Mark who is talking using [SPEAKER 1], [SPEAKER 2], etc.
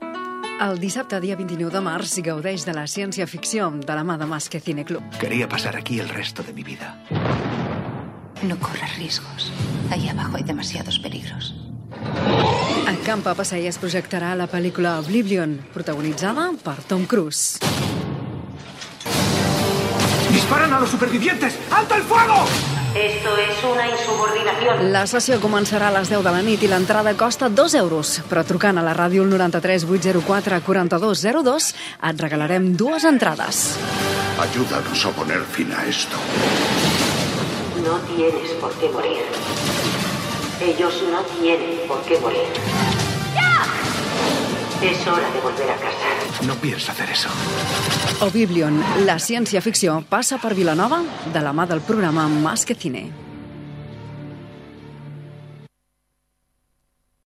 [SPEAKER 1] El dissabte, dia 29 de març, gaudeix de la ciència-ficció de la mà de Masque Cine Club.
[SPEAKER 2] Quería pasar aquí el resto de mi vida.
[SPEAKER 3] No corras riesgos. Ahí abajo hay demasiados peligros.
[SPEAKER 1] A Campa Passeia es projectarà la pel·lícula Oblivion, protagonitzada per Tom Cruise.
[SPEAKER 2] ¡Disparan a los supervivientes! ¡Alto el fuego!
[SPEAKER 4] Esto es una insubordinación.
[SPEAKER 1] La sessió començarà a les 10 de la nit i l'entrada costa 2 euros, però trucant a la ràdio al 93 804 4202 et regalarem dues entrades.
[SPEAKER 2] Ayúdanos a poner fin a esto.
[SPEAKER 4] No tienes por qué morir. Ellos no tienen por qué morir. ¡Ya! Es hora de volver a casa.
[SPEAKER 2] No pienso hacer eso.
[SPEAKER 1] Oblivion, la ciència-ficció, passa per Vilanova de la mà del programa Masque Cine.